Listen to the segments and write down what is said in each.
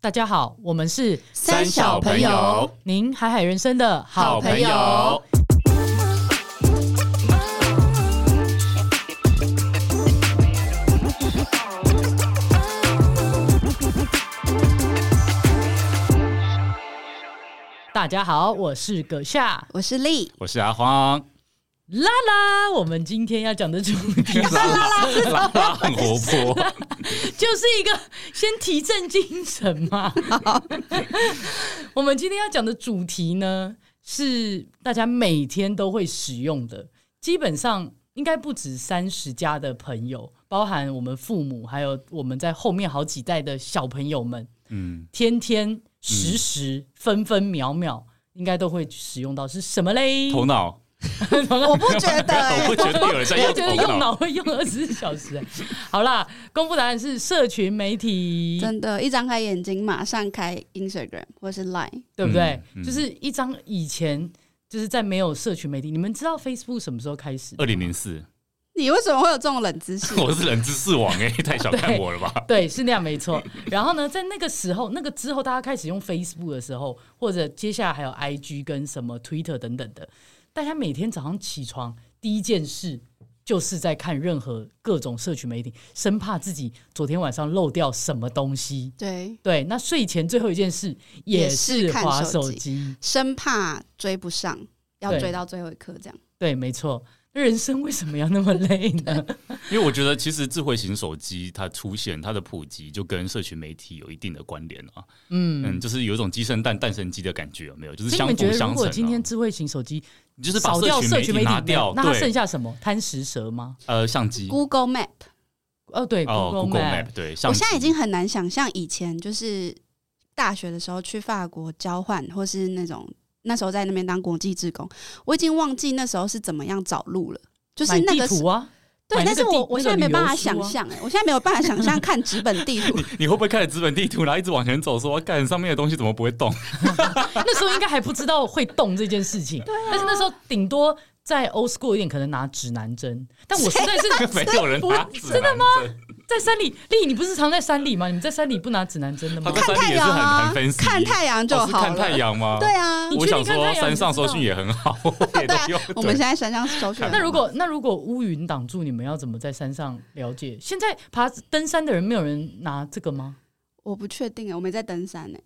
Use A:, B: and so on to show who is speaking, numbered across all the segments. A: 大家好，我们是
B: 三小朋友
A: 您海海人生的好
B: 好
A: 朋
B: 朋
A: 友。
B: 友，
A: 大家好，我是葛夏
C: 我 是丽，
B: 我是阿荒，
A: 啦啦。我们今天要讲的主题
B: 拉拉很活泼，
A: 就是一个先提振精神嘛。我们今天要讲的主题呢，是大家每天都会使用的，基本上应该不止三十家的朋友，包含我们父母，还有我们在后面好几代的小朋友们，
B: 嗯，
A: 天天时时分分秒秒。应该都会使用到是什么嘞？
B: 头脑，
C: 我不觉得、
B: 我
C: 欸
B: 不，觉得有人在
A: 我觉得
B: 用头
A: 用
B: 脑，
A: 脑会用二十四小时、欸 好啦，公布答案是社群媒体，
C: 真的，一张开眼睛马上开 Instagram 或是 Line，
A: 对不对？
B: 嗯嗯
A: 就是一张以前就是在没有社群媒体，你们知道 Facebook 什么时候开始？
B: 二零零四，
C: 你为什么会有这种冷知 识？
B: 我是人之四王哎， 太小看我了吧？
A: 对，是那样没错。然后呢，在那个时候，那个之后，大家开始用 Facebook 的时候，或者接下来还有 IG 跟什么 Twitter 等等的，大家每天早上起床第一件事就是在看任何各种社群媒体，生怕自己昨天晚上漏掉什么东西。
C: 对，
A: 对，那睡前最后一件事也
C: 也是
A: 是
C: 看
A: 划
C: 手
A: 手
C: 机
A: 机。
C: 生怕追不上，要
A: 对
C: 追到最后一刻这样。
A: 对，没错。那人生为什么要那么累 呢？
B: 因为我觉得其实智慧型手机它出现它的普及，就跟社群媒体有一定的关联啊，嗯，就是有一种鸡生蛋蛋生鸡的感觉，有没有？就是
A: 所以你
B: 相
A: 们觉
B: 辅
A: 得，
B: 相
A: 如
B: 成
A: 果
B: 啊。
A: 今天智慧型手机
B: 你就是把
A: 少掉社
B: 社
A: 群
B: 群
A: 媒
B: 媒
A: 体
B: 体拿掉，
A: 那它剩
B: 对，
A: 下什么？贪食蛇吗？
B: 呃，相
A: 嗯
B: 机。
C: Google Map，
A: 哦，对
B: 哦
A: ，Google Map，
B: Map 对，相
C: 我
B: 机
C: 现在已经很难想象以前就是大学的时候去法国交换，或是那种那时候在那边当国际志工，我已经忘记那时候是怎么样找路了。就是
A: 买
C: 那
A: 地
C: 个
A: 图啊，买
C: 对，
A: 那
C: 但
A: 个
C: 是我
A: 地
C: 我
A: 那
C: 现在
A: 个
C: 没
A: 旅
C: 办
A: 游
C: 法
A: 书
C: 想
A: 啊
C: 象、欸，我现在没有办法想象看纸本地 图，
B: 你会不会看着纸本地图，然后一直往前走，说干上面的东西怎么不会动？
A: 那时候应该还不知道会动这件事情，但是那时候顶多在 old school 一点，可能拿指南针。但我实在是
B: 没有人拿纸，真的吗？
A: 在山里，丽，你不是常在山里吗？你们在山里不拿指南针的
B: 他
A: 吗
B: 在？山里也是很很分析，
C: 啊看太阳就
B: 哦是
C: 好了。
B: 看太阳吗？
C: 对。啊，
B: 我想说山上搜讯也很好，我 也都用。
C: 我们现在山上搜寻，
A: 那如果那如果乌云挡住，你们要怎么在山上了解？现在爬登山的人，没有人拿这个吗？
C: 我不确定，我没在登山呢。欸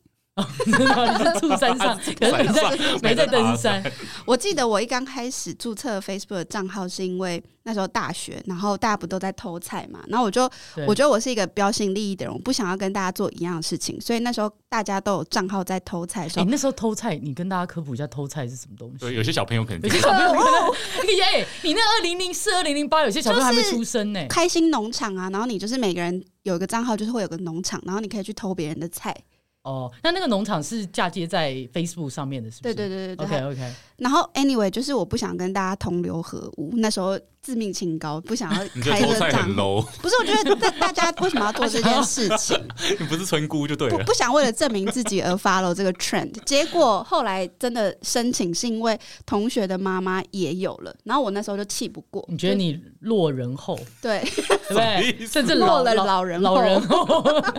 A: 你是住 山上，可是没在没在登山。
C: 我记得我一刚开始注册 Facebook 的账号是因为那时候大学，然后大家不都在偷菜嘛，然后我就
A: 对
C: 我觉得我是一个标新立异的人，我不想要跟大家做一样的事情，所以那时候大家都有账号在偷菜的时
A: 哎、
C: 候，
A: 那时候偷菜，你跟大家科普一下偷菜是什么东
B: 对，
A: 西？
B: 有些小朋友可能
A: 有些小朋友可能， 哎、你那二零零四、二零零八，有些小朋友还没出生呢、
C: 开心农场啊，然后你就是每个人有一个账号，就是会有个农场，然后你可以去偷别人的菜。
A: 哦，那那个农场是嫁接在 Facebook 上面的，是不
C: 对
A: 是？
C: 对
A: 对
C: 对对对。
A: OK OK，
C: 然后 anyway，就是我不想跟大家同流合污，那时候自命清高，不想要
B: 你觉
C: 开
B: 得
C: 这
B: 偷
C: 个
B: 菜很
C: 账号。
B: low，
C: 不是，我觉得大大家为什么要做这件事情？
B: 你不是村姑就对
C: 不
B: 了。哦
C: 不想为了证明自己而 follow 这个 trend。结果后来真的申请，是因为同学的妈妈也有了，然后我那时候就气不过。
A: 你觉得你落人后，
C: 对，
A: 对不对？甚至 老
C: 落了
A: 老
C: 老人
A: 老
C: 后
A: 人后，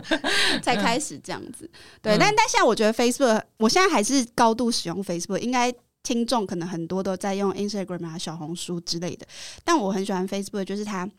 C: 才开始这样子？对，
A: 嗯
C: 但但现在我觉得 Facebook，我现在还是高度使用 Facebook，应该。听众可能很多都在用 Instagram 啊、小红书之类的，但我很喜欢 Facebook，就是它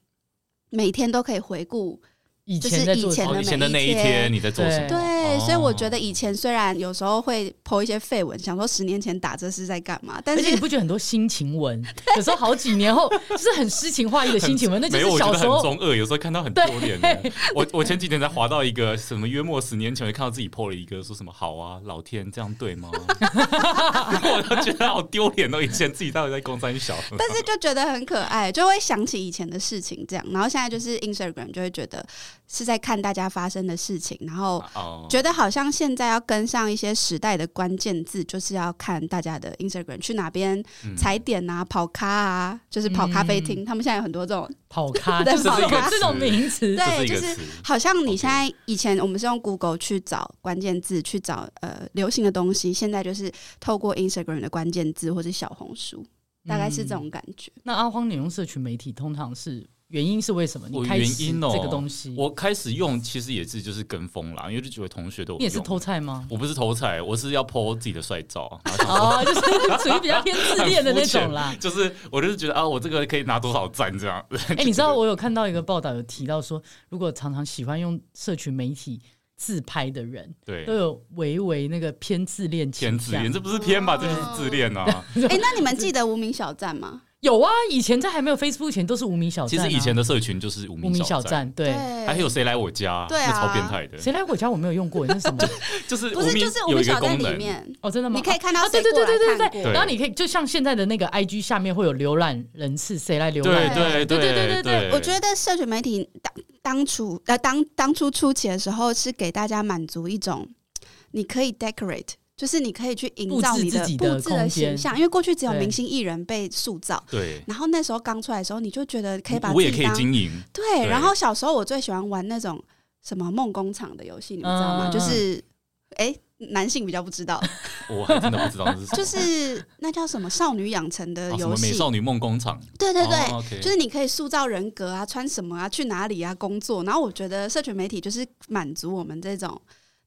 C: 每天都可以回顾。
A: 以
C: 就
A: 前
C: 是
A: 在
C: 以
A: 做什
C: 前
A: 么
B: 哦，以前的那一天你在做什么？
C: 对，
B: 哦
C: 所以我觉得以前虽然有时候会 po 一些绯闻，想说十年前打这是在干嘛，但
A: 而且你
C: 是
A: 不觉得很多新情文，有时候好几年后就是很诗情画意的新情哎文，那就
B: 没有，
A: 是
B: 我觉
A: 小
B: 得
A: 时
B: 很
A: 候。
B: 中二，有时候看到很丢脸的。我我前几天才滑到一个什么，约莫十年前我就看到自己 PO 了一个说什么“好啊，老天这样对吗？” 我都觉得好丢脸哦，以前自己到底在公 山小。
C: 但是就觉得很可爱，就会想起以前的事情这样。然后现在就是 Instagram 就会觉得是在看大家发生的事情，然后
B: 哦，
C: 觉得好像现在要跟上一些时代的关键字，就是要看大家的 Instagram 去哪边
B: 嗯
C: 踩点啊、跑咖啊，就是跑咖啡厅，他们现在有很多这种
A: 跑咖，
C: 对
A: 就是
C: 跑
A: 有
C: 咖
A: 这种名词。
C: 对
B: 这是一
C: 就
B: 个
C: 是
B: 词。
C: 好像你
B: OK
C: 现在以前我们是用 Google 去找关键字，去找呃流行的东西，现在就是透过 Instagram 的 关键字或者小红书，大概是这种感觉。
A: 那阿荒，你用社群媒体通常是原因是为什么？你
B: 我
A: 开始
B: 原因哦
A: 这个东西，
B: 我开始用其实也是就是跟风啦，因为就觉得同学都有
A: 你也是
B: 用
A: 偷菜吗？
B: 我不是偷菜，我是要 po 自己的帅照，然后想
A: 哦，就是属于比较偏自恋的那种
B: 很
A: 啦
B: 肤浅。就是我就是觉得啊，我这个可以拿多少赞这样。
A: 哎、你知道我有看到一个报道有提到说，如果常常喜欢用社群媒体自拍的人，
B: 对
A: 都，有微微那个偏自恋倾
B: 偏自
A: 向
B: 恋，这不是偏吧？
C: 哦
B: 这就是自恋啊！
C: 哎、那你们记得无名小站吗？
A: 有啊，以前在还没有 Facebook 前都是无名小
B: 其
A: 站啊、
B: 实以前的社群就是无
A: 无名小
B: 站，啊
A: 站，对，
B: 还有谁来我家？
C: 对啊
B: 那超变态的，
A: 谁来我家我没有用过，那是 什么？
B: 就是
C: 不
B: 无
C: 是
B: 名
C: 就是无
B: 有
C: 名
B: 一个
C: 小站
B: 功
C: 里
B: 能，
C: 面，
A: 哦，真的吗？
C: 你可以看到
A: 啊，对对
C: 谁过
A: 对对
C: 来
A: 对
C: 看
A: 对
C: 过
A: 对，然后你可以就像现在的那个 IG 下面会有浏览人次，谁来浏览？
B: 对
A: 对对对对
B: 对
A: 对
C: 我觉得社群媒体当当初呃当当初初期的时候，是给大家满足一种你可以 decorate，就是你可以去营造
A: 布置
C: 你的
A: 自己的
C: 布置的
A: 空间
C: 形象，因为过去只有
A: 对
C: 明星艺人被塑造。
B: 对，
C: 然后那时候刚出来的时候，你就觉得可以把
B: 我
C: 自
B: 也可
C: 己
B: 以
C: 当
B: 经营，
C: 对。
B: 对
C: 然后小时候我最喜欢玩那种什么梦工厂的游戏，你们知道吗？
A: 嗯
C: 就是哎，男性比较不知道，
B: 我还真的不知道那是什 么
C: 就是那叫什么少女养成的
B: 哦什
C: 游
B: 么美
C: 戏，
B: 少女梦工厂，
C: 对对对，
B: 哦，OK
C: 就是你可以塑造人格啊，穿什么啊，去哪里啊，工作。然后我觉得社群媒体就是满足我们这种，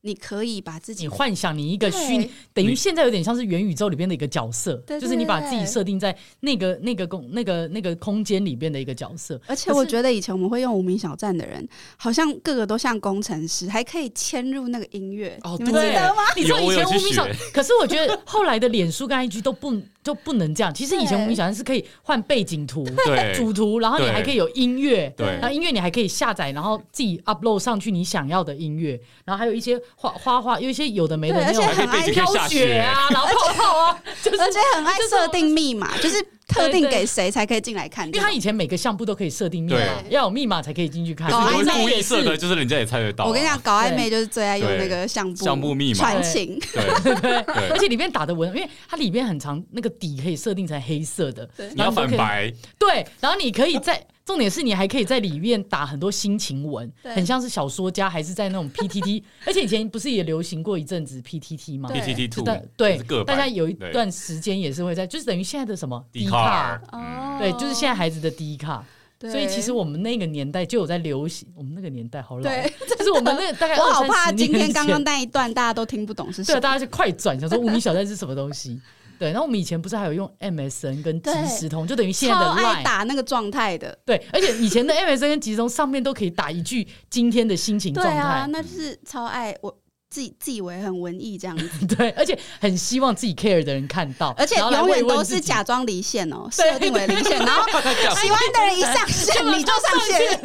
C: 你可以把自己
A: 你幻想你一个虚拟
C: 对
A: 等于现在有点像是元宇宙里边的一个角色，
C: 对对
A: 就是你把自己
C: 对
A: 设定在那个那个空那个那个空间里边的一个角色。
C: 而且
A: 可是
C: 我觉得以前我们会用无名小站的人，好像个个都像工程师，还可以嵌入那个音乐，
B: 哦
C: 你们
A: 对
C: 记得吗？
A: 你知道
B: 有
A: 以
B: 我
A: 前
B: 有
A: 无
B: 去
A: 名小
B: 学，
A: 可是我觉得后来的脸书跟 IG 都不就不能这样。其实以前
C: 对
A: 无名小站是可以换背景图、
B: 对
A: 主图，然后你
B: 对
A: 还可以有音乐，
B: 对
A: 然后音乐你还可以下载，然后自己 upload 上去你想要的音乐，然后还有一些画花画，有一些有的没的
C: 对
A: 那种
C: 而且
B: 还可
C: 很爱
B: 以背景可以
A: 飘
B: 下
A: 雪
B: 雪，
A: 啊，然后泡泡啊，就是
C: 而且很爱
A: 就是
C: 设定密码，就是特定
A: 对对
C: 给谁才可以进来看
A: 因
C: 这
A: 为
C: 种。
A: 他以前每个项目都可以设定密码
B: 对，
A: 要有密码才可以进去看。
C: 搞
B: 可
C: 暧昧
B: 是你会故
A: 哦也
B: 意
A: 是
B: 设的，就是人家也猜得到啊。
C: 我跟你讲，搞暧昧就是最爱用
B: 对
C: 那个相簿、
B: 相簿密码
C: 传情，
B: 对，
A: 对，
B: 对
A: 而且里面打的文，因为它里面很长，那个底可以设定成黑色的，
C: 对
B: 你
A: 然
B: 要
A: 后
B: 反
A: 你就可以，
B: 白，
A: 对，然后你可以在。重点是你还可以在里面打很多心情文，
C: 对
A: 很像是小说家，还是在那种 PTT，而且以前不是也流行过一阵子 PTT 吗？
C: 对
B: PTT
A: 就
B: two，
A: 大
B: 就
A: 对
B: 是个，
A: 大
B: 版
A: 家有一
B: 对
A: 段时间也是会在，就是等于现在的什么
B: 迪
A: 迪
B: 卡
A: 卡
B: 尔，，
C: 哦
A: 对，就是现在孩子的迪卡，
C: 对
A: 所以其实我们那个年代就有在流行，我们那个年代好老哦，
C: 对，
A: 就是我们那个大概
C: 我好
A: 二
C: 怕
A: 三十
C: 今
A: 年
C: 天
A: 前
C: 刚刚那一段大家都听不懂是 什
A: 对，
C: 么。
A: 大家就快转，想说无名小站是什么东西？对，然后我们以前不是还有用 MSN 跟即
C: 对
A: 时通，就等于现在的
C: 超爱
A: Line。
C: 打那个状态的，
A: 对，而且以前的 MSN 跟即时通上面都可以打一句今天的心情
C: 对
A: 状
C: 啊，
A: 态，
C: 那就是超爱我自己自以为很文艺 这样子，
A: 对而且很希望自己 care 的人看到，
C: 而且
A: 然后来
C: 永远
A: 慰问
C: 都
A: 自
C: 是
A: 己
C: 假装离线哦，设定为离线，然
B: 嗯
C: 后喜欢的人一上线你就上 线，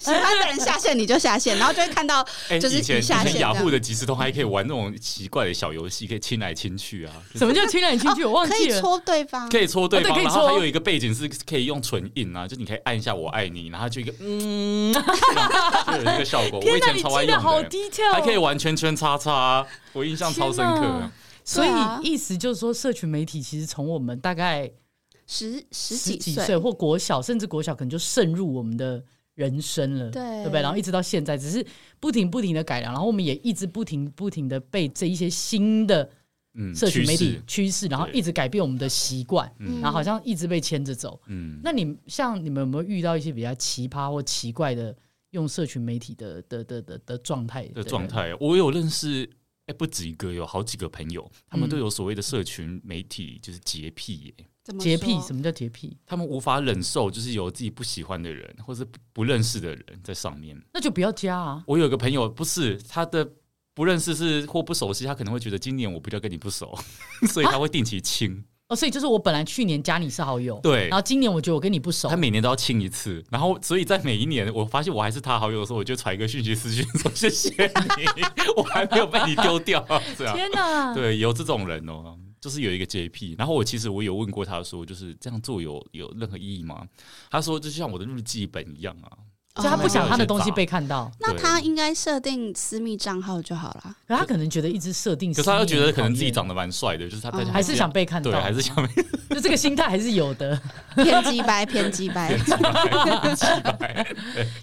C: 喜欢的人下线你就下线，然后就会看到
B: 哎，
C: 就是
B: 以前
C: 一
B: 以
C: 下线
B: 前
C: 这
B: 雅
C: 样
B: 虎的即时通还可以玩那种奇怪的小游戏，可以亲来亲去啊，
A: 什么叫听来听去，我忘
C: 哦可
A: 记
C: 以
A: 了。
C: 戳对方
B: 可，以戳对
A: 哦
B: 方，
A: 对可以
B: 然
A: 戳
B: 后还有一个背景是可以用唇印啊，就你可以按一下我爱你，然 后就一个嗯，就有这个效果。我
A: 天
B: 以
A: 哪，
B: 前
A: 你
B: 超爱
A: 记得
B: 用
A: 好哦
B: 的，
A: 低调，
B: 还可以玩圈圈叉叉，我印象超深
A: 天
B: 刻
A: 哪。所以
C: 对啊
A: 意思就是说，社群媒体其实从我们大概
C: 十
A: 十
C: 十几
A: 几
C: 岁
A: 岁，或国小，甚至国小可能就渗入我们的人生了，
C: 对
A: 对不对？然后一直到现在，只是不停不停的改良，然后我们也一直不停不停的被这一些新的
B: 嗯，
A: 社群
B: 趋
A: 媒体
B: 势，
A: 趋势，然后一直改变我们的习惯，
B: 嗯
A: 然后好像一直被牵着走。
B: 嗯，
A: 那你像你们有没有遇到一些比较奇葩或奇怪的用社群媒体的的的的的状态
B: 的
A: 人
B: 状？态，我有认识。哎、不止一个，有好几个朋友，他
A: 嗯
B: 们都有所谓的社群媒体，就是洁癖耶、
C: 怎么
A: 洁癖？
C: 说
A: 什么叫洁癖？
B: 他们无法忍受，就是有自己不喜欢的人或是不不认识的人在上面。
A: 那就不要加啊！
B: 我有个朋友，不是他的不认识是或不熟悉，他可能会觉得今年我比较跟你不熟， 所以他会定期清，
A: 哦，所以就是我本来去年加你是好友，
B: 对
A: 然后今年我觉得我跟你不熟
B: 他，每年都要清一次。然后，所以在每一年我发现我还是他好友的时候，我就传一个讯息私讯说谢谢你， 我还没有被你丢掉，啊这样。
A: 天
C: 嗯
A: 哪！
B: 对，有这种人哦，就是有一个洁癖。然后我其实我有问过他说，就是这样做有有任何意义吗？他说，就像我的日记本一样啊，
A: 所以他不想他的东西
B: 哦
A: 被看到，
C: 那
B: 对
C: 他应该设定私密账号就好了。
A: 可他可能觉得一直设定，
B: 可是他又觉得可能自己长得蛮帅的，就是
C: 哦
B: 他大家
A: 还是想被看到，
B: 对，还是想被
A: 就这个心态还是有的，
C: 偏激白，偏激白，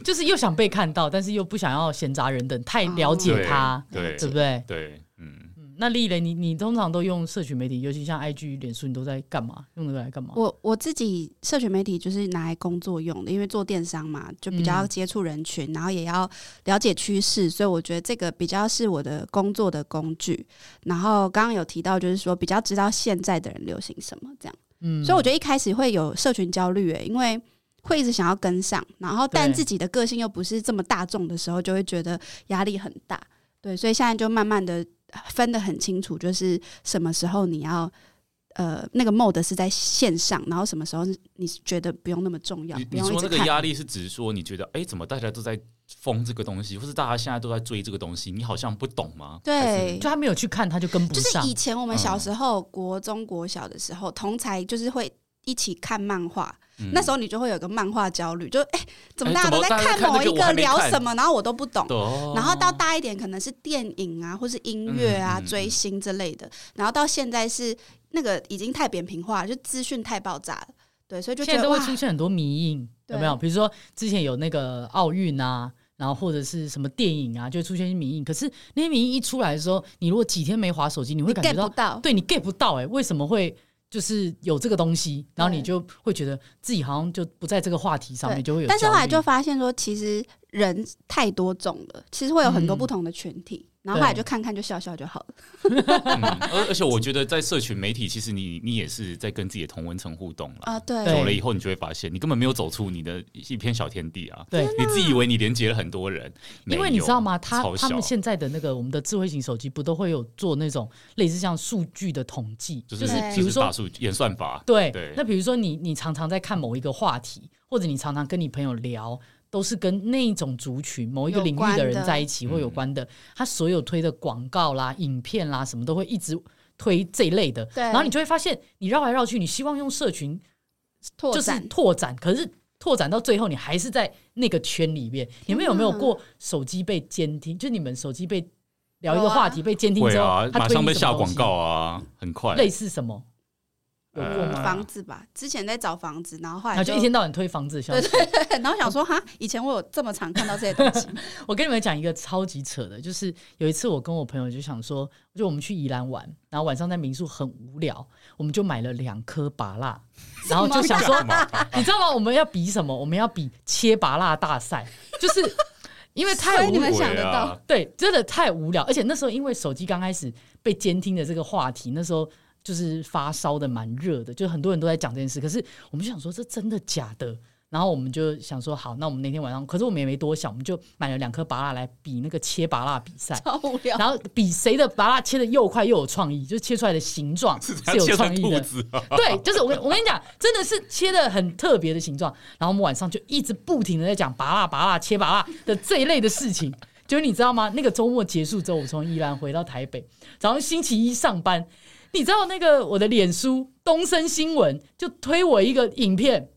A: 就是又想被看到，但是又不想要闲杂人等太了解他，
B: 嗯对
A: 对
B: 对
A: 不对？
B: 对，嗯，
A: 那丽蕾，你你通常都用社群媒体，尤其像 IG、脸书，你都在干嘛？用这个来干嘛？
C: 我我自己社群媒体就是拿来工作用的，因为做电商嘛，就比较
A: 嗯
C: 接触人群，然后也要了解趋势，所以我觉得这个比较是我的工作的工具。然后刚刚有提到，就是说比较知道现在的人流行什么这样，
A: 嗯，
C: 所以我觉得一开始会有社群焦虑、欸，因为。会一直想要跟上，然后但
A: 对
C: 自己的个性又不是这么大众的时候，就会觉得压力很大。对，所以现在就慢慢的分得很清楚，就是什么时候你要呃那个 mode 是在线上，然后什么时候是你觉得不用那么重要，
B: 你
C: 不
B: 你
C: 用一
B: 说
C: 直
B: 那个
C: 看。
B: 压力是指说你觉得哎、怎么大家都在疯这个东西，或是大家现在都在追这个东西，你好像不懂吗？还
C: 对
B: 是
A: 就他没有去看，他就跟不
C: 就是
A: 上。
C: 以前我们小时候、国中国小的时候，同才就是会一起看漫画，
B: 嗯
C: 那时候你就会有个漫画焦虑，就哎、怎么
B: 哎
C: 大家
B: 怎
C: 都
B: 么
C: 在
B: 大家在
C: 看
B: 看
C: 某
B: 这个
C: 一
B: 我还没
C: 聊
B: 看
C: 什么，然后我都不懂。
A: 哦
B: 懂，
C: 然后到大一点，可能是电影啊，或是音乐啊、
B: 嗯嗯嗯
C: 追星之类的。然后到现在是那个已经太扁平化，就资讯太爆炸了，对，所以就觉
A: 现在
C: 得
A: 都会
C: 哇，
A: 出现很多迷因，
C: 对
A: 有没有？比如说之前有那个奥运啊，然后或者是什么电影啊，就会出现迷因。可是那些迷因一出来的时候，你如果几天没划手机，你会
C: 你
A: 感觉
C: get 不
A: 到，
C: 到，
A: 对你 get 不到、欸，哎，为什么会？就是有这个东西，然后
C: 对
A: 你就会觉得自己好像就不在这个话题上
C: 对
A: 面，就会有焦
C: 但
A: 虑。
C: 是后来就发现说，其实人太多种了，其实会有很多不同的群体。然后后来
A: 嗯对
C: 就看看就笑笑就好了。
B: 嗯而而且我觉得在社群媒体，其实你你也是在跟自己的同文层互动了。
C: 啊，对，
A: 哦对
B: 久了以后，你就会发现，你根本没有走出你的一片小天地啊！
A: 对，
B: 你自以为你连接了很多人，
A: 因为
B: 没
A: 你
B: 有
A: 知道吗？他
B: 超
A: 他们
B: 小
A: 现在的那个我们的智慧型手机不都会有做那种类似像数据的统计，
B: 就
A: 就是是
C: 对
A: 比如说
B: 大数演算法，
A: 对，
B: 对
A: 那比如说你你常常在看某一个话题，或者你常常跟你朋友聊，都是跟那一种族群、某一个
C: 有
A: 领域
C: 关
A: 的
C: 的
A: 人在一起或有关的，他所有推的广告啦、影片啦，什么都会一直推这一类的，
C: 对
A: 然后你就会发现，你绕来绕去，你希望用社群
C: 拓
A: 就是
C: 展
A: 拓展，可是拓展到最后，你还是在那个圈里面。你们有没有过手机被监听？就你们手机被聊一个
C: 有啊
A: 话题被监听
B: 会
A: 之后，
B: 啊，
A: 他
B: 马
A: 推
B: 上
A: 你
B: 被
A: 什么
B: 下
A: 东
B: 广
A: 西
B: 告，啊，很快。
A: 类似什么？有过
B: 呃
A: 吗？
C: 房子吧，之前在找房子，然后后
A: 然
C: 来
A: 后 就一天到晚推房子的消息。
C: 然后想说哈，以前我有这么常看到这些东西，
A: 我跟你们讲一个超级扯的，就是有一次我跟我朋友就想说，就我们去宜兰玩，然后晚上在民宿很无聊，我们就买了两颗拔蜡，然后就想 说，你知道吗？我们要比什么？我们要比切拔蜡大赛，就是因为太
C: 所以
A: 无
C: 你
A: 聊
C: 们
B: 不会
C: 想得
B: 啊
C: 到
A: 对，真的太无聊。而且那时候因为手机刚开始被监听的这个话题，那时候就是发烧的蛮热的，就很多人都在讲这件事。可是我们就想说，这真的假的？然后我们就想说，好，那我们那天晚上，可是我们也没多想，我们就买了两颗拔蜡来比那个切拔蜡比赛
C: 。好无聊。
A: 然后比谁的拔蜡切的又快又有创意，就切出来的形状是
B: 他
A: 有
B: 切
A: 创
B: 成
A: 意
B: 兔
A: 的。
B: 子 啊！
A: 对，就是我跟我跟你讲，真的是切的很特别的形状。然后我们晚上就一直不停的在讲拔蜡、拔蜡、切拔蜡的这一类的事情。就是你知道吗？那个周末结束之后，我从宜兰回到台北，早上星期一上班，你知道那个我的脸书东森新闻就推我一个影片，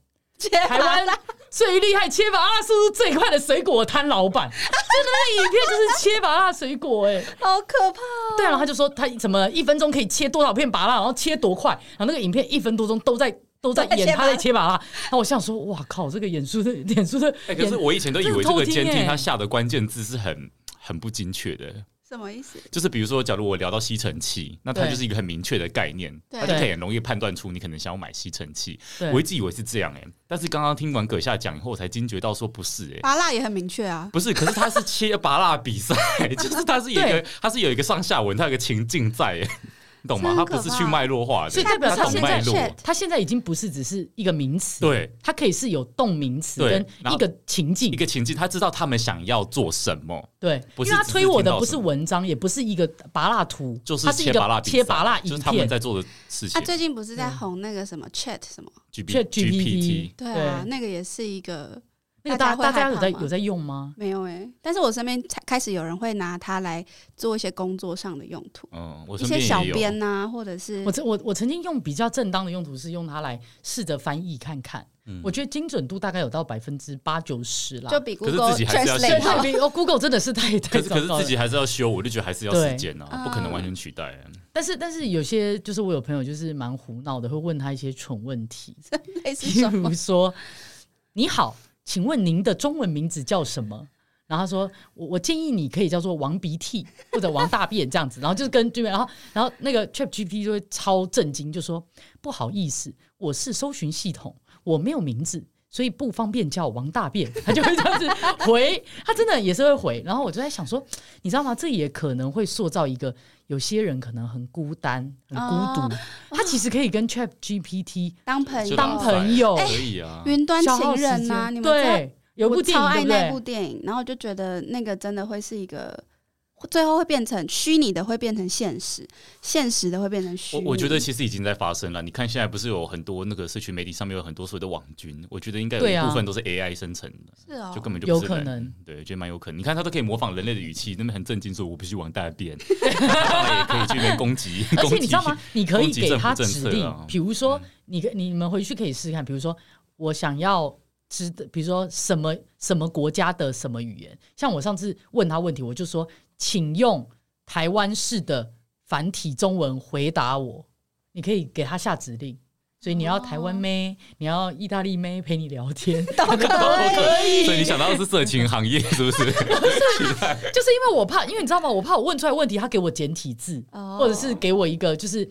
C: 切
A: 台
C: 吧
A: 湾最厉害切拔蜡速度最快的水果摊老板，真的那影片就是切拔蜡水果哎、
C: 好可怕哦！
A: 对啊，然后他就说他怎么一分钟可以切多少片拔蜡，然后切多快，然后那个影片一分多钟都在都在
C: 都在切
A: 演
C: 拔
A: 他
C: 蜡
A: 在切 拔蜡，然后我想说，哇靠，这个演出的演出的
B: 哎，
A: 演，
B: 可是我以前都以为
A: 这
B: 这
A: 是偷
B: 个
A: 听
B: 监听
A: 欸
B: 它下的关键字是很很不精确的，
C: 什么意思？
B: 就是比如说，假如我聊到吸尘器，那它
A: 对
B: 就是一个很明确的概念，
C: 对
B: 它就可以很容易判断出你可能想要买吸尘器。
A: 对
B: 我一直以为是这样哎、但是刚刚听完葛夏讲以后，我才惊觉到说不是哎、
C: 拔蜡也很明确啊，
B: 不是，可是它是切拔蜡比赛， 就是它是有一个，它是有一个上下文，它有一个情境在、哎，你懂吗？
C: 真
B: 它
C: 的可怕
B: 不是去脉络化
A: 所
B: 的，
A: 以代表
B: 它
A: 他
B: 懂
A: 现
B: 脉
A: 在
C: 是
B: 络。
A: 他现在已经不是只是一个名词，
B: 对，
A: 它可以是有动名词
B: 对
A: 跟
B: 然
A: 一
B: 后
A: 个情境
B: 一，个情境，他知道他们想要做什么，
A: 对，
B: 不
A: 因
B: 是
A: 为他
B: 只是
A: 推我
B: 听
A: 的
B: 到
A: 不
B: 什
A: 是
B: 么
A: 文章，也不是一个拔蜡图，
B: 就是
A: 它是一
B: 切
A: 个
B: 拔蜡比赛，
A: 切拔蜡
B: 就是
A: 影
B: 他们
A: 片，
B: 在做的事情
C: 啊，。最近不是在红那个什么 Chat 什么？
B: G
A: 切
B: P
C: 对啊，
A: 对
C: 那个也是一个
A: 那个
C: 大
A: 大大
C: 家会
A: 家
C: 害
A: 有
C: 怕
A: 在
C: 吗
A: 有在用吗？
C: 没有哎、但是我身边才开始有人会拿它来做一些工作上的用途，
B: 嗯，
C: 一
B: 我身
C: 些
B: 边
C: 小
B: 也有。
C: 编呐、或者是
A: 我曾我我曾经用比较正当的用途是用它来试着翻译看看，
B: 嗯
A: 我觉得精准度大概有到百分之八九十啦。
C: 就比
B: 可是
C: Google
B: 自己还是 要
A: 对
C: Translate
B: 写
A: 太
C: 好
A: 比哦，Google 真的是太
B: 可
A: 太
B: 是
A: 糟
B: 可是
A: 糕
B: 自己
A: 了。
B: 还是要修，我就觉得还是要
A: 对
B: 时间啊，
C: 嗯
B: 不可能完全取代啊。
A: 但是但是有些就是我有朋友就是蛮胡闹的，会问他一些蠢问题，
C: 类似
A: 比
C: 什么
A: 如？说：“你好，请问您的中文名字叫什么？”然后他说我我建议你可以叫做王鼻涕或者王大便这样子，然后就是跟对面，然后然后那个 Chat GPT 就会超震惊，就说不好意思，我是搜寻系统，我没有名字。所以不方便叫王大便，他就会这样子回，他真的也是会回。然后我就在想说，你知道吗？这也可能会塑造一个有些人可能很孤单、很孤独，
C: 哦
A: 他其实可以跟 Chat GPT
C: 当朋
B: 就
C: 友，
A: 当朋友
C: 哎
B: 可以啊，
C: 云端
A: 消耗
C: 情
A: 时
C: 人呐、
A: 间
C: 你们知道
A: 对，有部
C: 我
A: 电
C: 超
A: 影
C: 爱
A: 对不
C: 那部
A: 对？
C: 电影，然后就觉得那个真的会是一个，最后会变成虚拟的会变成现实，现实的会变成虚
B: 我
C: 拟。
B: 我觉得其实已经在发生了。你看现在不是有很多那个社群媒体上面有很多所谓的网军，我觉得应该有
A: 对
B: 一
A: 啊
B: 部分都是 AI 生成的，
C: 是哦
B: 就根本就不是
A: 有可
B: 人。
A: 能
B: 对，觉得蛮有可能。你看他都可以模仿人类的语气，那边很震惊说“我必须往大便”， 当然也可以去那边攻击。
A: 而且
B: 攻
A: 你
B: 击
A: 知道吗？你可以
B: 攻击
A: 给
B: 政府
A: 他
B: 政
A: 指
B: 策
A: 令
B: 啊，
A: 比如说，你可你们回去可以试试看，比如说我想要知，比如说什么什么国家的什么语言，像我上次问他问题，我就说，请用台湾式的繁体中文回答我，你可以给他下指令。所以你要台湾
C: 哦
A: 妹，你要意大利妹陪你聊天， 都可以
B: 所以你想到的是色情行业是不是？
A: 就是因为我怕，因为你知道吗？我怕我问出来问题，他给我简体字，
C: 哦
A: 或者是给我一个就是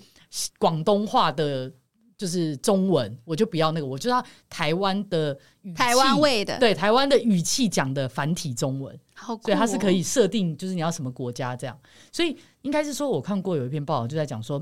A: 广东话的，就是中文，我就不要那个，我就要台湾的语气
C: 台湾味的，，
A: 对台湾的语气讲的繁体中文，
C: 好酷、哦
A: 所以它是可以。设定，就是你要什么国家这样。所以应该是说，我看过有一篇报道就在讲说，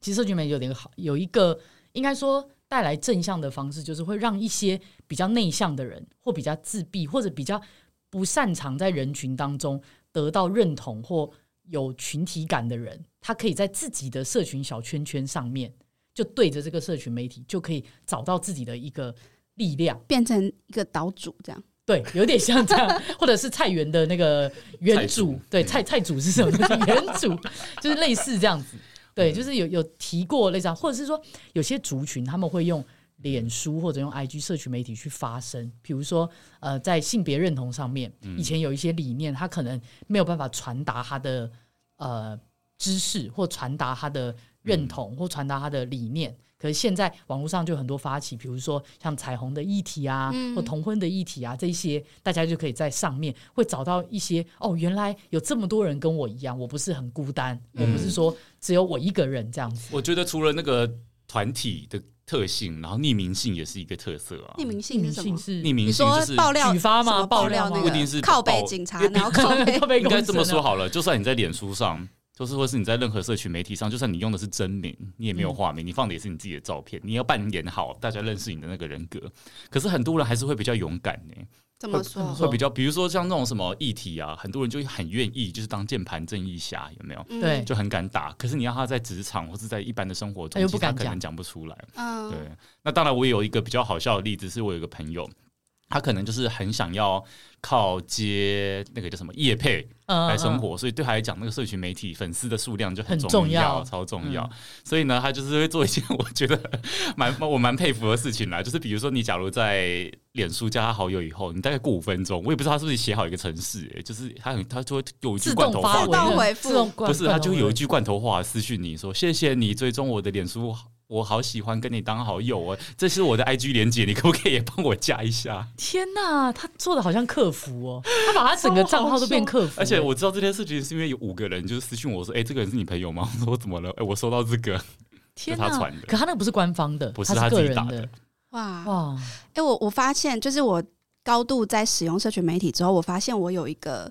A: 其实社群媒体有点好，有一个应该说带来正向的方式，就是会让一些比较内向的人，或比较自闭，或者比较不擅长在人群当中得到认同或有群体感的人，他可以在自己的社群小圈圈上面，就对着这个社群媒体，就可以找到自己的一个力量。
C: 变成一个岛主这样，
A: 对，有点像这样，或者是菜园的那个原
B: 菜
A: 主
B: 主，
A: 对，
B: 嗯
A: 菜菜主是什么？原主 就是类似这样子，
B: 嗯
A: 对，就是有有提过类似这样，或者是说有些族群他们会用脸书或者用 IG 社群媒体去发声，比如说呃，在性别认同上面，
B: 嗯
A: 以前有一些理念，他可能没有办法传达他的呃知识或传达他的
B: 嗯
A: 认同或传达他的理念。可是现在网络上就有很多发起，比如说像彩虹的议题啊，
C: 嗯
A: 或同婚的议题啊，这一些大家就可以在上面会找到一些哦，原来有这么多人跟我一样，我不是很孤单，我不
B: 嗯
A: 是说只有我一个人这样子。
B: 我觉得除了那个团体的特性，然后匿名性也是一个特色啊。
C: 匿名
A: 匿
C: 性是
A: 名
C: 什
A: 性
C: 么？
A: 是
B: 匿
C: 你
B: 名性
C: 说
B: 就是
C: 爆料
A: 举发吗
C: 什么
A: 爆
C: 爆料
A: 料
C: 那
A: 吗
C: 个
B: 不一定是
C: 靠北
B: 爆
C: 警 察，啊然后靠北
A: 靠背
B: 应
A: 公
B: 该
A: 司
B: 这么说
A: 呢
B: 好了，就算你在脸书上，就是或是你在任何社群媒体上，就算你用的是真名，你也没有化名，你放的也是你自己的照片，你要扮演好大家认识你的那个人格。可是很多人还是会比较勇敢呢、
C: 怎么说？
B: 会比较，比如说像那种什么议题啊，很多人就很愿意就是当键盘正义侠，有没有？
C: 嗯
A: 对
B: 就很敢打。可是你要他在职场或是在一般的生活
A: 他
B: 中，
A: 又
B: 其实
A: 哎不敢
B: 他可能
A: 讲
B: 讲不出来。
C: 嗯，
B: 对，那当然，我有一个比较好笑的例子，是我有一个朋友，他可能就是很想要靠接那个叫什么业配
A: 嗯
B: 来生活，所以对他来讲，那个社群媒体粉丝的数量就
A: 很
B: 重
A: 重要
B: 超重
A: 嗯
B: 要。所以呢，他就是会做一件我觉得蛮我蛮佩服的事情啦，就是比如说你假如在脸书加他好友以后，你大概过五分钟，我也不知道他是不是写好一个程式、欸就是他很他就会有一句
A: 自
B: 罐
A: 动
B: 头
A: 发
B: 话
A: 文
C: 自动回复
A: 自动
B: 不是，他就有一
A: 句
B: 句罐头话私讯你说：“谢谢你追踪我的脸书，我好喜欢跟你当好友哦，这是我的 IG 连接，你可不可以也帮我加一下
A: 天哪，他做的好像客服哦，他把他整个账号都变客？”服，
B: 而且我知道这件事情是因为有五个人就是私讯我说：“哎、这个人是你朋友吗？” 我说：“怎么了？”哎、我收到这个，
A: 天
B: 是他传的
A: 可他那个不是官方的，
B: 不是
A: 他
B: 他
A: 个
B: 自己
A: 人
B: 打
A: 的
B: 的，
C: 哇
A: 哇，
C: 哎、我我发现，就是我高度在使用社群媒体之后，我发现我有一个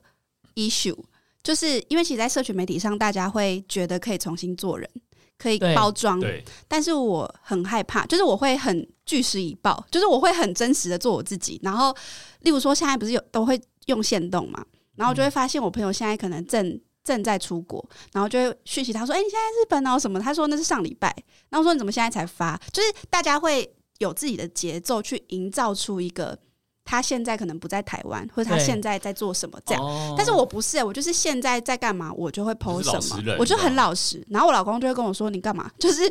C: issue，就是因为其实，在社群媒体上，大家会觉得可以重新做人，可以
A: 对
C: 包装，
B: 对，
C: 但是我很害怕，就是我会很据实以报，就是我会很真实的做我自己。然后，例如说，现在不是有都会用线动嘛，然后就会发现我朋友现在可能正。正在出国，然后就会讯息他说：“哎、你现在在日本哦什么？”他说：“那是上礼拜。”然后说：“你怎么现在才发？”就是大家会有自己的节奏去营造出一个他现在可能不在台湾，或者他
A: 对
C: 现在在做什么这样。
B: 哦
C: 但是我不是、欸我就是现在在干嘛，我就会 PO
B: 就是老实
C: 什么
B: 人，
C: 我就
B: 这
C: 很
B: 样
C: 老实。然后我老公就会跟我说：“你干嘛？”就是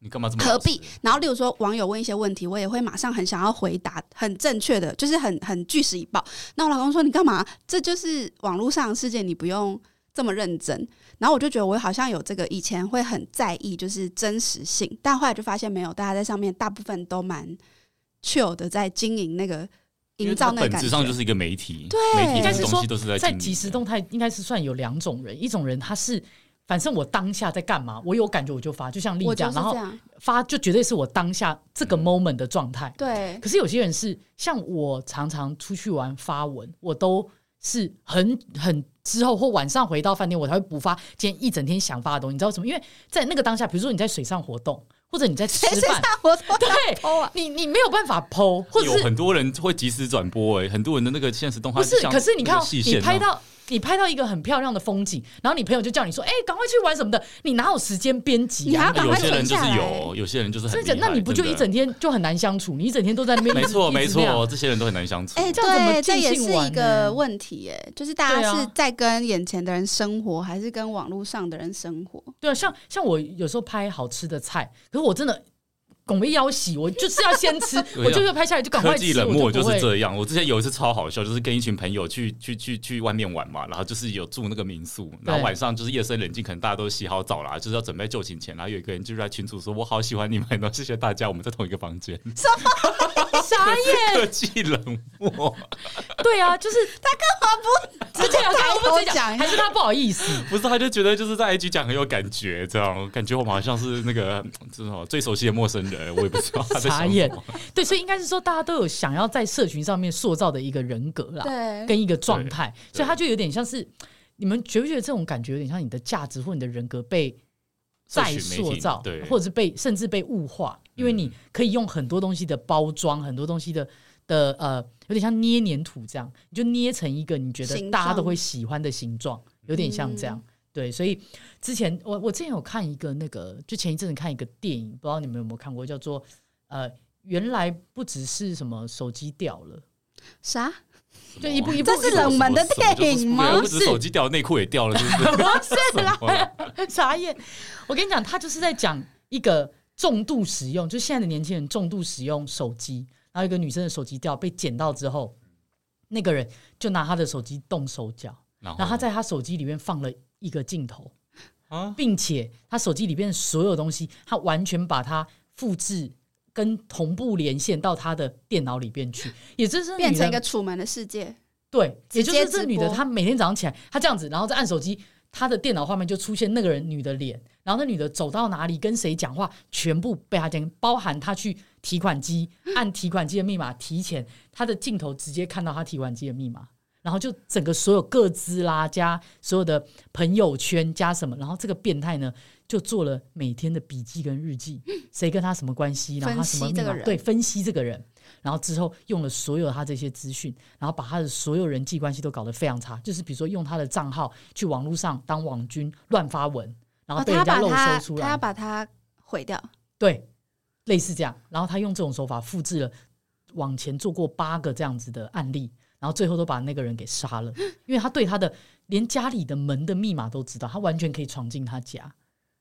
B: 你干嘛这么
C: 何
B: 老实
C: 必？然后，例如说网友问一些问题，我也会马上很想要回答，很正确的，就是很很据实以报。那我老公说：“你干嘛？这就是网络上的世界，你不用这么认真。”然后我就觉得我好像有这个，以前会很在意就是真实性，但后来就发现没有，大家在上面大部分都蛮 chill 的，在经营那个
B: 因为
C: 营
B: 它
C: 造那个
B: 本
C: 感
B: 质
C: 觉。
B: 上就是一个媒体，
C: 对
B: 媒体
A: 应该
B: 这
A: 是
B: 个
A: 说
B: 东西都是在
A: 在
B: 经营
A: 即时动态应该是算有两种人，一种人他是反正我当下在干嘛，我有感觉我就发，就像丽
C: 我就
A: 讲，
C: 是
A: 然
C: 这
A: 后
C: 样，
A: 发就绝对是我当下这个
B: 嗯
A: moment 的状态。
C: 对，
A: 可是有些人是像我常常出去玩发文，我都是很很之后或晚上回到饭店，我才会补发今天一整天想发的东西。你知道为什么？因为在那个当下，比如说你在水上活动，或者你在吃
C: 谁谁
A: 饭，
C: 上 活动
A: 对
C: 偷啊？
A: 你你没有办法剖，或者
B: 有
A: 是
B: 很多人会即时转播、哎，很多人的那个现实动画
A: 不是？
B: 像
A: 可是你看哦
B: 那个，细
A: 你
B: 线
A: 拍
B: 啊
A: 到。你拍到一个很漂亮的风景，然后你朋友就叫你说：“哎、赶快去玩什么的。”你哪有时间编辑
C: 你还
A: 啊
C: 要？赶
B: 有
C: 快
B: 些人
C: 存
B: 就
C: 下
B: 是
C: 来。
B: 有，有些人就是很
A: 真
B: 厉
A: 的
B: 害，
A: 假的，那你不就
B: 真
A: 一
B: 的
A: 整天就很难相处？你一整天都在那边，
B: 没错
A: 一直
B: 没
A: 那样
B: 错，这些人都很难相处。
C: 哎，
A: 这样怎么
C: 对，这
A: 尽
C: 也
A: 兴
C: 是
A: 玩
C: 一个
A: 呢
C: 问题，哎，就是大
A: 对
C: 家
A: 啊
C: 是在跟眼前的人生活，还是跟网络上的人生活？
A: 对啊，像像我有时候拍好吃的菜，可是我真的拱被要洗，我就是要先 吃，
B: 对啊
A: 我就是拍下来就赶
B: 科
A: 快
B: 技
A: 吃，
B: 冷漠
A: 我
B: 就
A: 就不
B: 是
A: 会。
B: 这样。我之前有一次超好笑，就是跟一群朋友去去去去外面玩嘛，然后就是有住那个民宿，然后晚上就是夜深人静，可能大家都洗好澡啦，就是要准备就寝前，然后有一个人就在群组说：“我好喜欢你们哦，谢谢大家，我们在同一个房间。
A: 傻眼，”
B: 科技冷漠，
A: 对啊，就是 他干嘛不？ 对啊，
C: 抬
A: 他
C: 头
A: 不 直接
C: 讲一
A: 还是他不好意思？
B: 不是他就觉得就是在 IG 讲很有感觉，这样感觉我们好像是那个这种最熟悉的陌生人，我也不知道他在
A: 傻
B: 想
A: 眼
B: 什么。
A: 对，所以应该是说大家都有想要在社群上面塑造的一个人格啦，
C: 对，
A: 跟一个状态，
B: 对
A: 所以他就有点像是你们觉不觉得这种感觉有点像你的价值或你的人格被
B: 社
A: 再
B: 群媒体
A: 塑造，
B: 对，嗯
A: 或者是被甚至被物化，因为你可以用很多东西的包装，很多东西的的呃，有点像捏黏土这样，你就捏成一个你觉
C: 形
A: 得大家都
C: 状嗯
A: 会喜欢的形状，有点像这样。对，所以之前我我之前有看一个那个，就前一阵子看一个电影，不知道你们有没有看过，叫做呃，原来不只是什么手机掉了，
C: 啥？
A: 就一部一部
C: 这是冷门的电影吗
B: 什么就是不止手机掉，内裤也掉了，是不是？
C: 是啦，
A: 傻眼！我跟你讲，他就是在讲一个重度使用，就现在的年轻人重度使用手机，然后一个女生的手机掉被捡到之后，那个人就拿她的手机动手脚，
B: 然
A: 然后他在他手机里面放了一个镜头，
B: 啊，
A: 并且他手机里面所有东西，他完全把它复制。跟同步连线到他的电脑里边去，也就是
C: 变成一
A: 个。
C: 个楚门的世界。
A: 对，也
C: 直
A: 就
C: 接
A: 是这
C: 直
A: 女的，
C: 播
A: 她每天早上起来，她这样子，然后再按手机，她的电脑画面就出现那个人女的脸，然后那女的走到哪里跟谁讲话，全部被她监，包含她去提款机按提款机的密码提前，她的镜头直接看到她提款机的密码，然后就整个所有各资啦加所有的朋友圈加什么，然后这个变态呢就做了每天的笔记跟日记，谁跟他什么关系，然后他什么
C: 嗯分析
A: 密
C: 这个
A: 码，
C: 人
A: 对，分析这个人，然后之后用了所有他这些资讯，然后把他的所有人际关系都搞得非常差，就是比如说用他的账号去网络上当网军乱发文，然后
C: 哦，
A: 被
C: 他
A: 人家
C: 把
A: 漏
C: 它
A: 搜出，
C: 他
A: 来，
C: 要把它毁掉。
A: 对，类似这样，然后他用这种手法复制了往前做过八个这样子的案例。然后最后都把那个人给杀 了，因为他对他的连家里的门的密码都知道，他完全可以闯进他家。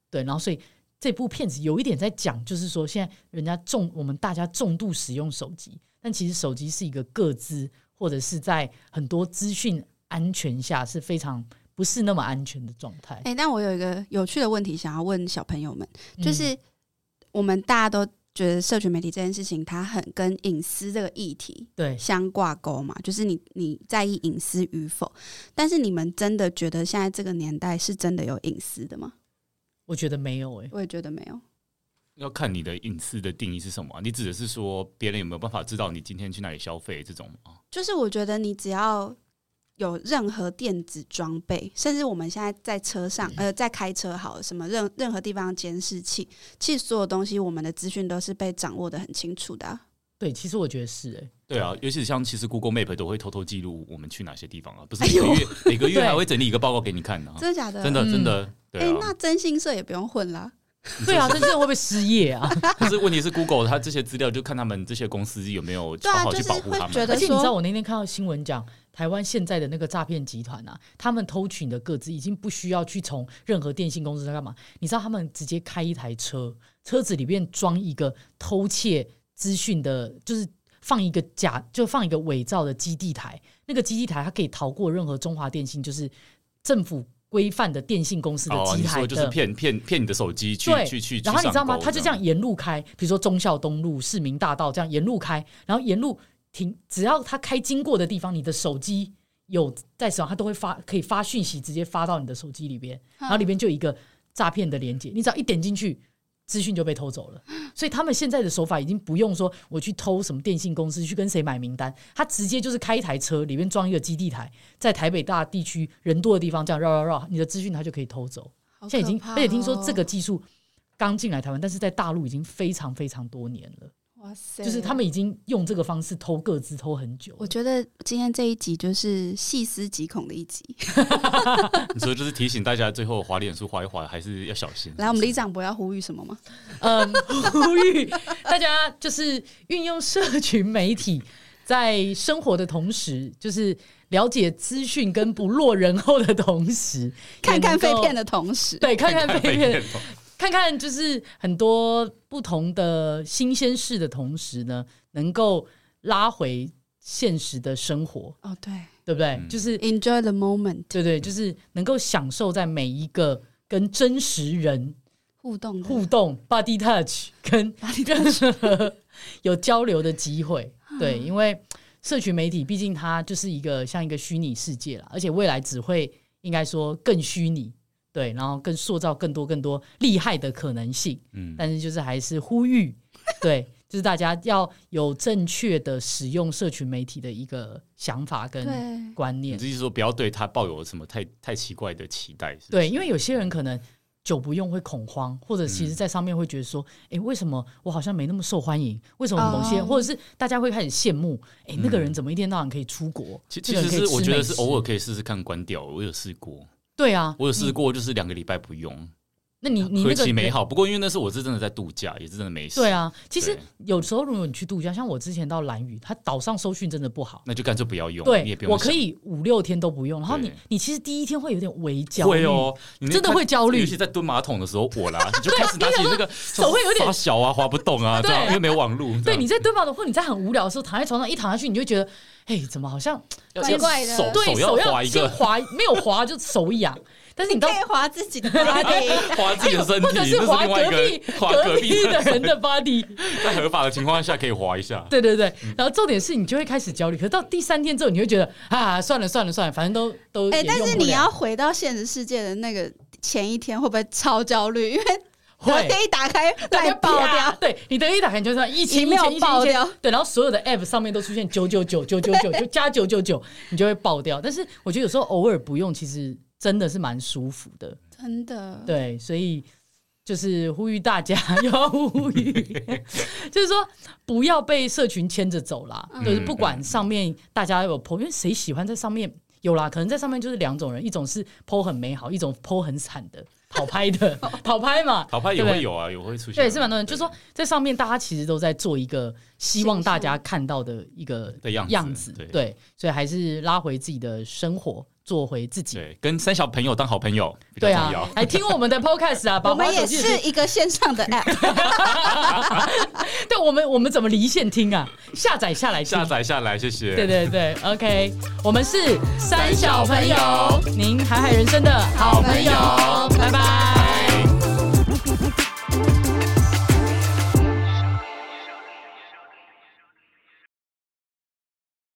A: 对，然后所以这部片子有一点在讲，就是说现在人家重我们大家重度使用手机，但其实手机是一个个资，或者是在很多资讯安全下是非常不是那么安全的状态。
C: 哎、那我有一个有趣的问题想要问小朋友们，
A: 嗯
C: 就是我们大家都觉得社群媒体这件事情，它很跟隐私这个议题
A: 对，
C: 相挂钩嘛，就是你你在意隐私与否，但是你们真的觉得现在这个年代是真的有隐私的吗？
A: 我觉得没有哎、
C: 我也觉得没有。
B: 要看你的隐私的定义是什么啊、你指的是说别人有没有办法知道你今天去哪里消费这种吗？
C: 就是我觉得你只要有任何电子装备，甚至我们现在在车上，呃，在开车好了，什么任任何地方监视器，其实所有东西我们的资讯都是被掌握的很清楚的啊、
A: 对，其实我觉得是哎、
B: 对啊，尤其是像其实 Google Map 都会偷偷记录我们去哪些地方啊，不是
C: 哎
B: 每
C: 呦
B: 个月每个月
A: 对
B: 还会整理一个报告给你看的、啊，
C: 真的假的？
B: 真的
A: 嗯
B: 真的。
C: 哎、
B: 对
C: 那
B: 啊，
C: 征信社也不用混啦。
A: 对啊，这些人会不会失业啊？
B: 可是问题是 Google 它这些资料就看他们这些公司有没有
C: 对
B: 好
C: 啊
B: 好
C: 就
B: 去
C: 是
B: 保护
C: 会
B: 他
C: 觉
B: 们。
C: 得
A: 而且你
C: 说
A: 知道，我那天看到新闻讲，台湾现在的那个诈骗集团啊，他们偷取你的个资，已经不需要去从任何电信公司在干嘛？你知道他们直接开一台车，车子里面装一个偷窃资讯的，就是放一个假，就放一个伪造的基地台。那个基地台它可以逃过任何中华电信，就是政府规范的电信公司的
B: 哦，
A: 基
B: 你
A: 台
B: 说就是
A: 的
B: 骗骗骗你的手机去
A: 对
B: 去去，
A: 然后
B: 去
A: 你知道吗？
B: 上钩
A: 他就这样沿路开，比如说忠孝东路、市民大道这样沿路开，然后沿路停，只要它开经过的地方，你的手机有在使用，它都会发可以发讯息，直接发到你的手机里边，然后里边就有一个诈骗的连接，你只要一点进去。资讯就被偷走了，所以他们现在的手法已经不用说我去偷什么电信公司去跟谁买名单，他直接就是开一台车，里面装一个基地台，在台北大地区人多的地方这样绕绕绕，你的资讯他就可以偷走。
C: 好
A: 现在已经
C: 可怕，哦
A: 而且听说这个技术刚进来台湾，但是在大陆已经非常非常多年了，
C: 哇塞，
A: 就是他们已经用这个方式偷各自偷很久了。
C: 我觉得今天这一集就是细思极恐的一集。
B: 所以就是提醒大家，最后滑脸书滑一滑，还是要小心。
C: 来，我们李长博要呼吁什么 吗？
A: 嗯，呼吁大家就是运用社群媒体，在生活的同时，就是了解资讯跟不落人后的同时，
C: 看看废片
A: 的，
C: 的同时，
A: 对，看看废片，
B: 头
A: 看看就是很多不同的新鲜事的同时呢，能够拉回现实的生活，
C: 哦，对
A: 对不对？
B: 嗯
A: 就是
C: ，enjoy the moment，
A: 对对，就是能够享受在每一个跟真实人
C: 互动的
A: 互动、body
B: 嗯
A: touch 跟任何 有交流的机会。
B: 嗯
A: 对，因为社群媒体毕竟它就是一个像一个虚拟世界啦，而且未来只会应该说更虚拟，对，然后更塑造更多更多厉害的可能性。
B: 嗯，
A: 但是就是还是呼吁，对，就是大家要有正确的使用社群媒体的一个想法跟
C: 对，
A: 观
B: 你
A: 念。
B: 自己说不要对他抱有什么太太奇怪的期待。是不是
A: 对，因为有些人可能久不用会恐慌，或者其
B: 嗯
A: 实在上面会觉得说，诶，为什么我好像没那么受欢迎？为什么某些人，
C: 哦
A: 或者是大家会开始羡慕，诶，那个
B: 嗯
A: 人怎么一天到晚可以出国？
B: 其
A: 这
B: 其
A: 个
B: 实
A: 人可以
B: 是我
A: 吃
B: 觉得
A: 美
B: 是
A: 食
B: 偶尔可以试试看关掉，我有试过，
A: 对啊，
B: 我有试
A: 你。
B: 过，就是两个礼拜不用，
A: 那你你
B: 何
A: 那个
B: 其美
A: 人
B: 好。不过因为那时候我是真的在度假，也是真的没事。
A: 对，啊，其实
B: 对
A: 有时候如果你去度假，像我之前到兰屿，它岛上收讯真的不好。
B: 那就干脆不要用，你也
A: 对
B: 不，用
A: 我可以五六天都不用，然后你
B: 对
A: 你其实第一天会有点微
B: 想。
A: 焦虑，
B: 会哦，你那
A: 真的会焦虑啊
B: 尤其在蹲马桶的时候，我啦，你就开始拿起那个手
A: 会有点
B: 小啊，滑不动啊，
A: 对
B: 这样因为没有网路。这
A: 对，
B: 样
A: 你在蹲马桶或你在很无聊的时候躺在床上一躺下去，你就觉得，哎，怎么好像
B: 要
C: 怪
B: 先
C: 怪的
B: 手
A: 对
B: 手
A: 手
B: 滑
A: 要
B: 一
A: 先
B: 个，
A: 滑，没有滑就手痒， 但是你到
C: 可以划自己的 body，
B: 滑自己的身
A: 哎
B: 体，
A: 或者
B: 那
A: 是滑
B: 另外
A: 隔
B: 一
A: 壁
B: 个 滑
A: 隔
B: 壁
A: 壁的人的 body，
B: 在合法的情况下可以滑一下。
A: 对对对，然后重点是你就会开始焦虑，可是到第三天之后，你会觉得啊，算了算了算了，反正都都
C: 哎
A: 也，
C: 但
A: 用
C: 是
A: 不
C: 你
A: 了
C: 要回到现实世界的那个前一天，会不会超焦虑？因为昨
A: 会
C: 天一打开，
A: 大
C: 来
A: 家
C: 爆掉，，
A: 对你的一打开你就说一
C: 一
A: 千
C: 秒
A: 一千
C: 爆，
A: 一
C: 掉
A: 千对，然后所有的 app 上面都出现九九九九九九，就加九九九，你就会爆掉。但是我觉得有时候偶尔不用，其实真的是蛮舒服的。
C: 真的，
A: 对，所以就是呼吁大家 要呼 吁，就是说不要被社群牵着走啦。
B: 嗯
A: 就是不管上面大家有 PO，因为谁喜欢在上面有啦，可能在上面就是两种人，一种是 PO 很美好，一种 PO 很惨的讨拍的 讨拍嘛。
B: 跑拍也
A: 对不
B: 会
A: 对
B: 有啊，也会出现啊。
A: 对，是蛮多人，就
B: 对
A: 是说在上面，大家其实都在做一个希望大家看到的一个
B: 的样子
A: 样子，
B: 对
A: 对，所以还是拉回自己的生活，做回自己，
B: 对，跟三小朋友当好朋友比较
A: 对
B: 重
A: 啊
B: 要。，
A: 还听我们的 podcast 啊，把
C: 我们
A: 滑手
C: 也
A: 机的
C: 是一个线 上的 app，
A: 但我们我们怎么离线听啊？下载下来听
B: 下。载下来，谢谢。
A: 对对对，OK，我们是三
B: 小朋友，
A: 您海海人生的好朋友，拜拜。